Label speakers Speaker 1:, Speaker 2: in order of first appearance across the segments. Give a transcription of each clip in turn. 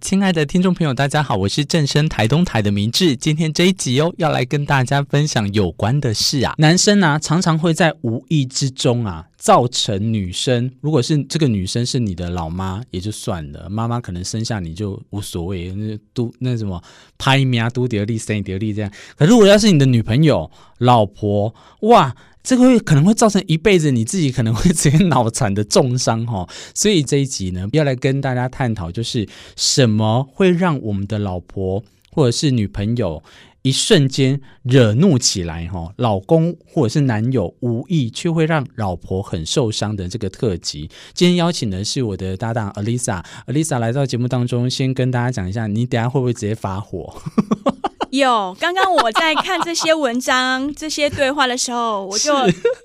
Speaker 1: 亲爱的听众朋友，大家好，我是正声台东台的明志。今天这一集哦，要来跟大家分享有关的事啊。男生啊，常常会在无意之中啊，造成女生，如果是这个女生是你的老妈也就算了，妈妈可能生下你就无所谓，那都那什么拍咪啊，都得利生得利这样。可如果要是你的女朋友、老婆，哇！这个会可能会造成一辈子你自己可能会直接脑残的重伤哦，所以这一集呢，要来跟大家探讨，就是什么会让我们的老婆或者是女朋友一瞬间惹怒起来？哈，老公或者是男友无意却会让老婆很受伤的这个特辑。今天邀请的是我的搭档 Alisa，Alisa 来到节目当中，先跟大家讲一下，你等一下会不会直接发火？
Speaker 2: 有，刚刚我在看这些文章、 这些对话的时候，我就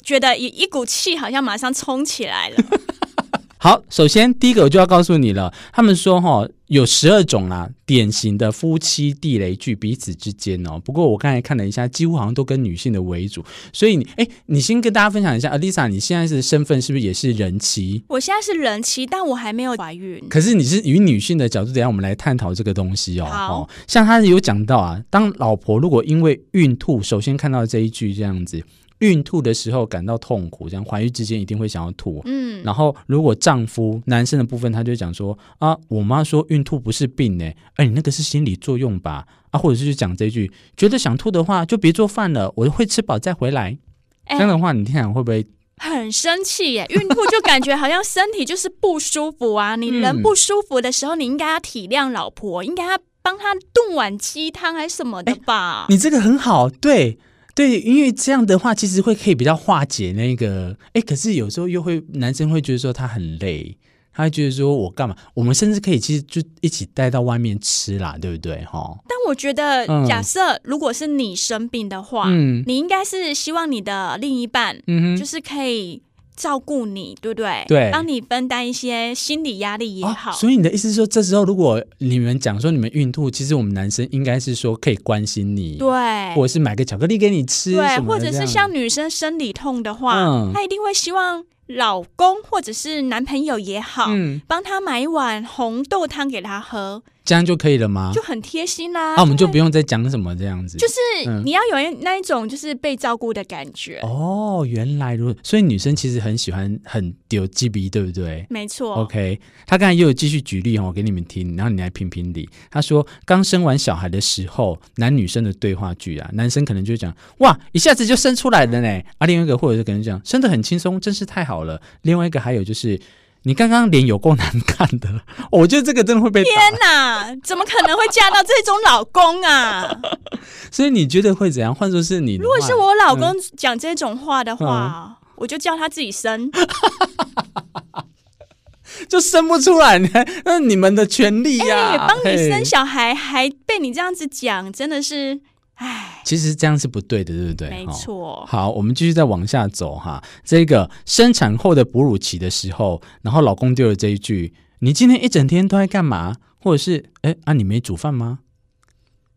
Speaker 2: 觉得一一股气好像马上冲起来 了。
Speaker 1: 好，首先第一个我就要告诉你了，他们说哈、有十二种啦、典型的夫妻地雷剧彼此之间哦。不过我刚才看了一下，几乎好像都跟女性的为主，所以你哎，你先跟大家分享一下，Alisa，你现在是身份是不是也是人妻？
Speaker 2: 我现在是人妻，但我还没有怀孕。
Speaker 1: 可是你是以女性的角度，等一下我们来探讨这个东西哦。
Speaker 2: 好
Speaker 1: 哦，像他有讲到啊，当老婆如果因为孕吐，首先看到这一句这样子，孕吐的时候感到痛苦，这样怀孕之间一定会想要吐，
Speaker 2: 嗯，
Speaker 1: 然后，如果丈夫男生的部分，他就讲说啊，我妈说孕吐不是病呢、哎，你那个是心理作用吧？啊，或者是就讲这一句，觉得想吐的话就别做饭了，我会吃饱再回来。
Speaker 2: 哎
Speaker 1: 这样的话，你听想会不会？
Speaker 2: 很生气耶，孕吐就感觉好像身体就是不舒服 啊。你人
Speaker 1: 嗯
Speaker 2: 不舒服的时候，你应该要体谅老婆，应该要帮她炖碗鸡汤还是什么的吧？
Speaker 1: 哎你这个很好，对对，因为这样的话其实会可以比较化解那个，哎，可是有时候又会男生会觉得说他很累。他会觉得说：“我干嘛？我们甚至可以其实就一起带到外面吃啦，对不对？哈，
Speaker 2: 但我觉得
Speaker 1: 嗯，
Speaker 2: 假设如果是你生病的话，
Speaker 1: 嗯
Speaker 2: 你应该是希望你的另一半
Speaker 1: 嗯
Speaker 2: 就是可以照顾你，对不对？
Speaker 1: 对
Speaker 2: 帮你分担一些心理压力也好。
Speaker 1: 哦。所以你的意思是说，这时候如果你们讲说你们孕吐，其实我们男生应该是说可以关心你，，
Speaker 2: 对
Speaker 1: 或者是买个巧克力给你吃，
Speaker 2: 对
Speaker 1: 什，么
Speaker 2: 或者
Speaker 1: 的这
Speaker 2: 是
Speaker 1: 样
Speaker 2: 像女生生理痛的话，
Speaker 1: 嗯
Speaker 2: 她一定会希望老公或者是男朋友也好，
Speaker 1: 嗯，
Speaker 2: 帮她买一碗红豆汤给她喝，
Speaker 1: 这样就可以了吗
Speaker 2: 就？很贴心啦。
Speaker 1: 啊，我们就
Speaker 2: 会
Speaker 1: 不用再讲什么这样子，
Speaker 2: 就是
Speaker 1: 嗯
Speaker 2: 你要有那一种就是被照顾的感觉，
Speaker 1: 哦，原来如此，所以女生其实很喜欢很丢 G B，对不对？
Speaker 2: 没错。
Speaker 1: OK，他刚才又有继续举例哦，我给你们听，然后你来评评理。他说，刚生完小孩的时候，男女生的对话剧啊，男生可能就讲哇，一下子就生出来了呢，啊，另外一个或者是可能讲生的很轻松，真是太好了。另外一个还有就是，你刚刚脸有够难看的， 哦我觉得这个真的会被打。
Speaker 2: 天哪，怎么可能会嫁到这种老公 啊？
Speaker 1: 所以你觉得会怎样？换作是你，
Speaker 2: 如果是，我
Speaker 1: 嗯
Speaker 2: 老公讲这种话的话，我就叫他自己生。
Speaker 1: 就生不出来呢，那你们的权利呀、
Speaker 2: 哎，帮你生
Speaker 1: 啊嘿
Speaker 2: 小孩还被你这样子讲，真的是，唉，
Speaker 1: 其实这样是不对的，对不对？
Speaker 2: 没
Speaker 1: 哦
Speaker 2: 错。
Speaker 1: 好，我们继续再往下走哈。这个生产后的哺乳期的时候，然后老公丢了这一句：“你今天一整天都在干嘛？”或者是“哎啊，你没煮饭吗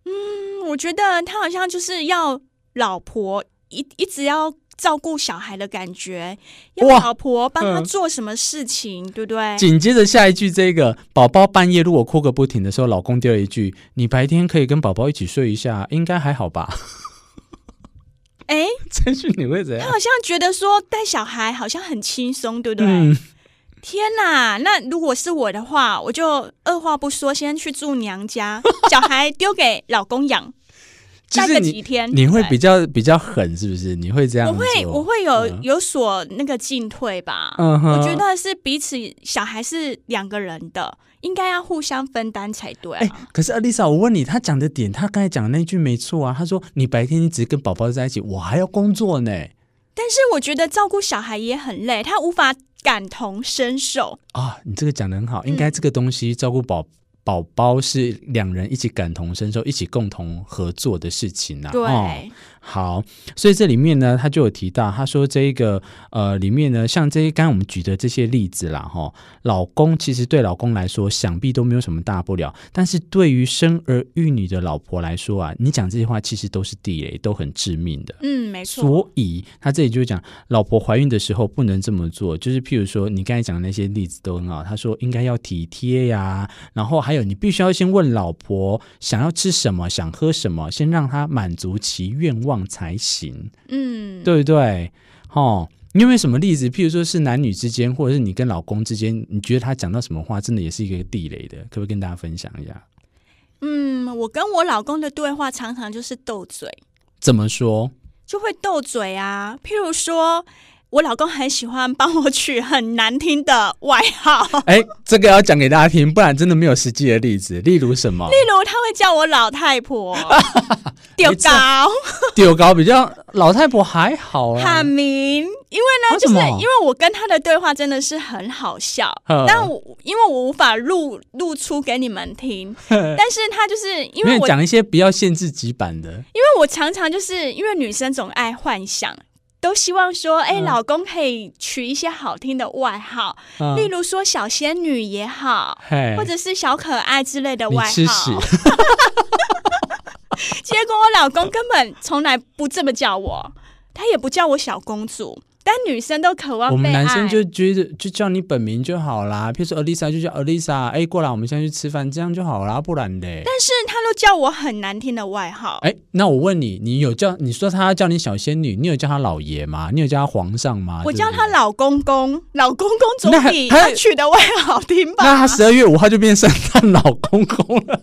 Speaker 2: 嗯我觉得他好像就是要老婆一一直要照顾小孩的感觉，要
Speaker 1: 哇
Speaker 2: 老婆帮他
Speaker 1: 嗯
Speaker 2: 做什么事情，对不对？”？
Speaker 1: 紧接着下一句，这个宝宝半夜如果哭个不停的时候，老公丢了一句：“你白天可以跟宝宝一起睡一下，应该还好吧
Speaker 2: 哎，？”
Speaker 1: 这句你会怎
Speaker 2: 他
Speaker 1: 样？
Speaker 2: 好像觉得说带小孩好像很轻松，对不对？
Speaker 1: 嗯，
Speaker 2: 天呐！那如果是我的话，我就二话不说，先去住娘家，小孩丢给老公养，
Speaker 1: 就
Speaker 2: 待
Speaker 1: 是
Speaker 2: 个
Speaker 1: 你
Speaker 2: 几天。
Speaker 1: 你会
Speaker 2: 对
Speaker 1: 比较比较狠，是不是？你会这样
Speaker 2: 我
Speaker 1: 做？
Speaker 2: 会我会有、
Speaker 1: 嗯
Speaker 2: 有所那个进退吧。
Speaker 1: 嗯哼
Speaker 2: 我觉得是彼此小孩是两个人的，应该要互相分担才对、
Speaker 1: 哎、
Speaker 2: 啊。
Speaker 1: 可是 Alisa，我问你，他讲的点，他刚才讲的那句没错啊。他说你白天一直跟宝宝在一起，我还要工作呢。
Speaker 2: 但是我觉得照顾小孩也很累，他无法感同身受。
Speaker 1: 啊，你这个讲的很好，应该这个东西照顾宝宝宝是两人一起感同身受、一起共同合作的事情啊。
Speaker 2: 对，
Speaker 1: 哦好，所以这里面呢，他就有提到，他说这一个呃里面呢，像这些刚刚我们举的这些例子啦，哈，老公其实对老公来说，想必都没有什么大不了，但是对于生儿育女的老婆来说啊，你讲这些话其实都是地雷，都很致命的。
Speaker 2: 嗯，没错，
Speaker 1: 所以他这里就讲，老婆怀孕的时候不能这么做，就是譬如说你刚才讲的那些例子都很好，他说应该要体贴呀、然后还有你必须要先问老婆想要吃什么，想喝什么，先让她满足其愿望才行，
Speaker 2: 嗯，
Speaker 1: 对不对？哦，你有没有什么例子？譬如说是男女之间，或者是你跟老公之间，你觉得他讲到什么话，真的也是一个地雷的，可不可以跟大家分享一下？
Speaker 2: 嗯，我跟我老公的对话常常就是斗嘴，
Speaker 1: 怎么说？
Speaker 2: 就会斗嘴啊。譬如说，我老公很喜欢帮我取很难听的外 号，
Speaker 1: 哎，这个要讲给大家听，不然真的没有实际的例子。例如什么？
Speaker 2: 例如他会叫我老太 婆、丢
Speaker 1: 没错
Speaker 2: 高、
Speaker 1: 丢高比较老太婆还好啦
Speaker 2: 喊，名，因为
Speaker 1: 为
Speaker 2: 呢，
Speaker 1: 什
Speaker 2: 就是
Speaker 1: 么
Speaker 2: 因为我跟他的对话真的是很好笑
Speaker 1: 呵，
Speaker 2: 但我因为我无法录录出给你们 听，但是他就是因
Speaker 1: 没
Speaker 2: 为
Speaker 1: 有
Speaker 2: 我
Speaker 1: 讲一些比较限制级版的，
Speaker 2: 因为我常常就是因为女生总爱幻想。都希望说，哎、老公可以取一些好听的外号，
Speaker 1: 嗯
Speaker 2: 例如说小仙女也好，
Speaker 1: 嘿
Speaker 2: 或者是小可爱之类的
Speaker 1: 你
Speaker 2: 外号。
Speaker 1: 吃屎，
Speaker 2: 结果我老公根本从来不这么叫我，他也不叫我小公主。但女生都渴望
Speaker 1: 我们
Speaker 2: 被
Speaker 1: 男生
Speaker 2: 爱
Speaker 1: 就觉得就叫你本名就好啦，譬如说 Alisa 就叫 Alisa，哎，过来我们现在去吃饭，这样就好啦，不然嘞。
Speaker 2: 但是他都叫我很难听的外号，
Speaker 1: 哎，那我问你，你有叫你说他要叫你小仙女，你有叫他老爷吗？你有叫他皇上吗？
Speaker 2: 我
Speaker 1: 啊对不
Speaker 2: 叫他
Speaker 1: 对。
Speaker 2: 老公公，老公公总
Speaker 1: 那
Speaker 2: 比
Speaker 1: 他
Speaker 2: 他取的外号好听
Speaker 1: 那他
Speaker 2: 吧？
Speaker 1: 十二月五号就变圣诞老公公了，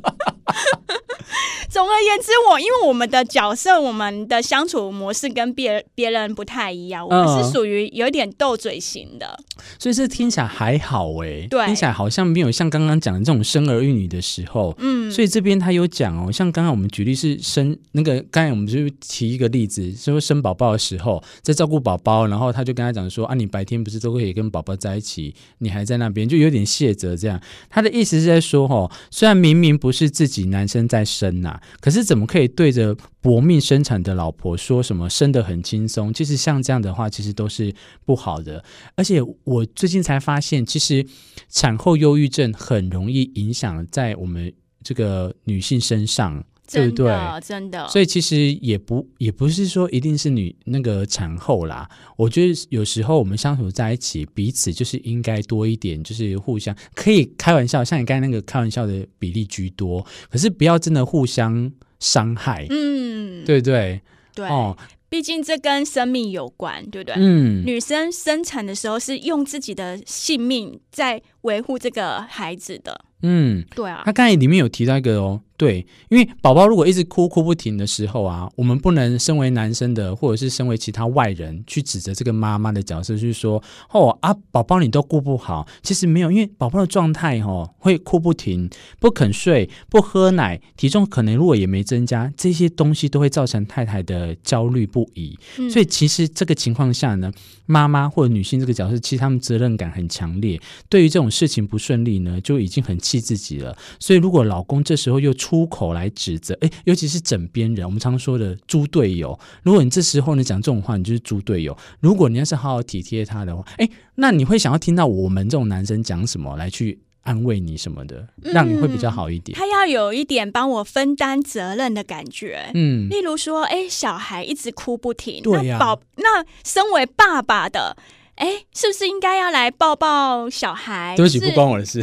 Speaker 2: 总而言之，我因为我们的角色、我们的相处模式跟别别人不太一样，我们
Speaker 1: 嗯
Speaker 2: 是属于有点斗嘴型的。
Speaker 1: 所以这听起来还好哎，
Speaker 2: 对
Speaker 1: 听起来好像没有像刚刚讲的这种生儿育女的时候，
Speaker 2: 嗯，
Speaker 1: 所以这边他有讲哦，像刚刚我们举例是生那个，刚才我们就提一个例子，说生宝宝的时候，在照顾宝宝，然后他就跟他讲说啊，你白天不是都可以跟宝宝在一起，你还在那边，就有点卸责这样。他的意思是在说哦，虽然明明不是自己男生在生呐、可是怎么可以对着搏命生产的老婆说什么生得很轻松？其实像这样的话，其实都是不好的。而且我最近才发现，其实产后忧郁症很容易影响在我们这个女性身上，对
Speaker 2: 真
Speaker 1: 不对？
Speaker 2: 的，真的，
Speaker 1: 所以其实也不也不是说一定是女那个产后啦，我觉得有时候我们相处在一起，彼此就是应该多一点，就是互相可以开玩笑，像你刚才那个开玩笑的比例居多，可是不要真的互相伤害，
Speaker 2: 嗯，
Speaker 1: 对不对？
Speaker 2: 对，
Speaker 1: 哦，
Speaker 2: 毕竟这跟生命有关，对不对？
Speaker 1: 嗯，
Speaker 2: 女生生产的时候是用自己的性命在维护这个孩子的，
Speaker 1: 嗯。
Speaker 2: 对啊
Speaker 1: 他，刚才里面有提到一个哦，对，因为宝宝如果一直哭哭不停的时候啊，我们不能身为男生的，或者是身为其他外人去指责这个妈妈的角色，去说哦啊，宝宝你都顾不好，其实没有，因为宝宝的状态哦会哭不停，不肯睡，不喝奶，体重可能如果也没增加，这些东西都会造成太太的焦虑不已。
Speaker 2: 嗯
Speaker 1: 所以其实这个情况下呢，妈妈或者女性这个角色，其实她们责任感很强烈，对于这种事情不顺利呢，就已经很气自己了。所以如果老公这时候又出口来指责，诶，尤其是枕边人，我们常说的猪队友，如果你这时候呢讲这种话，你就是猪队友。如果你要是好好体贴他的话，诶，那你会想要听到我们这种男生讲什么来去安慰你什么的，让你会比较好一点。
Speaker 2: 嗯他要有一点帮我分担责任的感觉。
Speaker 1: 嗯，
Speaker 2: 例如说，哎，小孩一直哭不停，
Speaker 1: 对
Speaker 2: 那
Speaker 1: 呀
Speaker 2: 宝，那身为爸爸的，哎，是不是应该要来抱抱小孩？
Speaker 1: 对不起，
Speaker 2: 就是
Speaker 1: 不关我的事。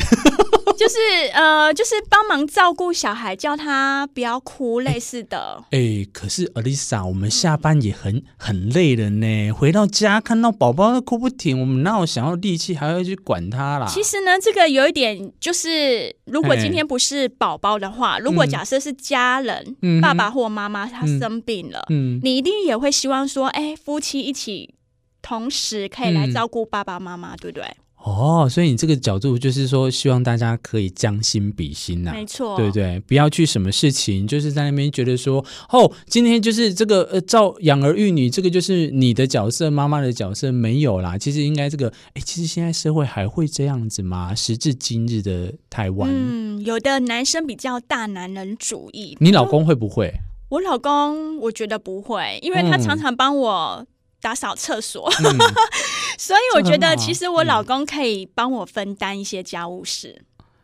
Speaker 2: 就是呃，就是帮忙照顾小孩，叫他不要哭，类似的。
Speaker 1: 哎、可是 Alisa，我们下班也很很累了呢。回到家看到宝宝都哭不停，我们哪有想要力气还要去管他啦？
Speaker 2: 其实呢，这个有一点就是，如果
Speaker 1: 啊嘿
Speaker 2: 今天不是宝宝的话，如果
Speaker 1: 嗯
Speaker 2: 假设是家人，
Speaker 1: 嗯哼
Speaker 2: 爸爸或妈妈他生病了，
Speaker 1: 嗯，
Speaker 2: 你一定也会希望说，哎，夫妻一起同时可以来
Speaker 1: 嗯
Speaker 2: 照顾爸爸妈妈，对不对？
Speaker 1: 哦，所以你这个角度就是说，希望大家可以将心比心呐、
Speaker 2: 没错，
Speaker 1: 对不对？不要去什么事情，就是在那边觉得说，哦，今天就是这个呃，照养儿育女，这个就是你的角色，妈妈的角色没有啦。其实应该这个，哎，其实现在社会还会这样子吗？时至今日的台湾，
Speaker 2: 嗯，有的男生比较大男人主义，
Speaker 1: 你老公会不会？
Speaker 2: 我老公我觉得不会，因为他
Speaker 1: 嗯
Speaker 2: 常常帮我打扫厕所，
Speaker 1: 嗯、
Speaker 2: 所以我觉
Speaker 1: 这很
Speaker 2: 得
Speaker 1: 好
Speaker 2: 其实我老公可以帮我分担一些家务事。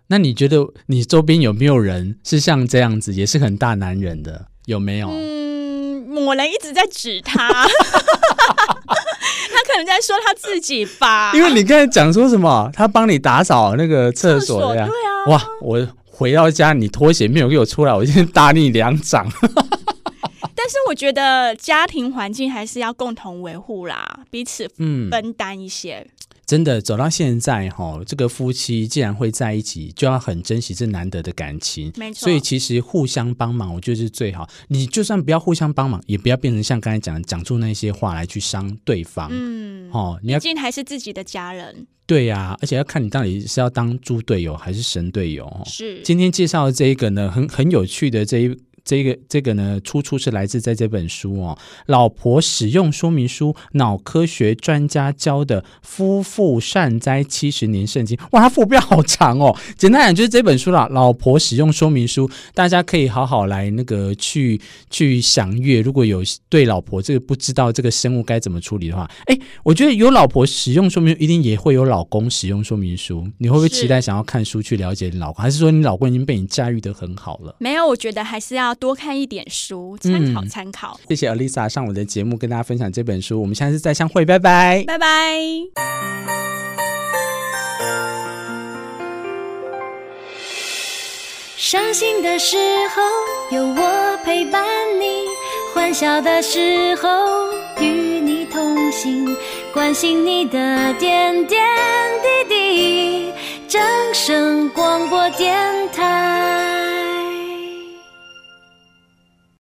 Speaker 1: 那你觉得你周边有没有人是像这样子，也是很大男人的？有没有？
Speaker 2: 嗯，某人一直在指 他，他可能在说他自己吧。
Speaker 1: 因为你刚才讲说什么，他帮你打扫那个厕所的呀
Speaker 2: 厕所对啊
Speaker 1: 哇，我回到家，你拖鞋没有给我出来，我先打你两 掌。
Speaker 2: 但是我觉得家庭环境还是要共同维护啦，彼此
Speaker 1: 嗯，
Speaker 2: 分担一些。
Speaker 1: 真的走到现在哈、这个夫妻既然会在一起，就要很珍惜这难得的感情。
Speaker 2: 没错
Speaker 1: 所以其实互相帮忙，我觉得是最好。你就算不要互相帮忙，也不要变成像刚才讲讲出那些话来去伤对方。
Speaker 2: 嗯，
Speaker 1: 哦，你要
Speaker 2: 毕竟还是自己的家人，
Speaker 1: 对呀、而且要看你到底是要当猪队友还是神队友哦。
Speaker 2: 是
Speaker 1: 今天介绍的这一个呢，很很有趣的这一。这个这个呢，出处是来自在这本书哦，《老婆使用说明书》，脑科学专家教的《夫妇善哉七十年圣经》。哇，它副标好长哦。简单讲就是这本书啦，《老婆使用说明书》，大家可以好好来那个去去详阅。如果有对老婆这个不知道这个生物该怎么处理的话，哎，我觉得有老婆使用说明书，一定也会有老公使用说明书。你会不会
Speaker 2: 是
Speaker 1: 期待想要看书去了解你老公，还是说你老公已经被你驾驭的很好了？
Speaker 2: 没有，我觉得还是要多看一点书，参
Speaker 1: 嗯
Speaker 2: 考参考。
Speaker 1: 谢谢 Alisa 上我的节目跟大家分享这本书，我们下次再相会，拜拜。
Speaker 2: 拜拜。
Speaker 3: 伤心的时候有我陪伴你，欢笑的时候与你同行，关心你的点点滴滴。掌声广播电台。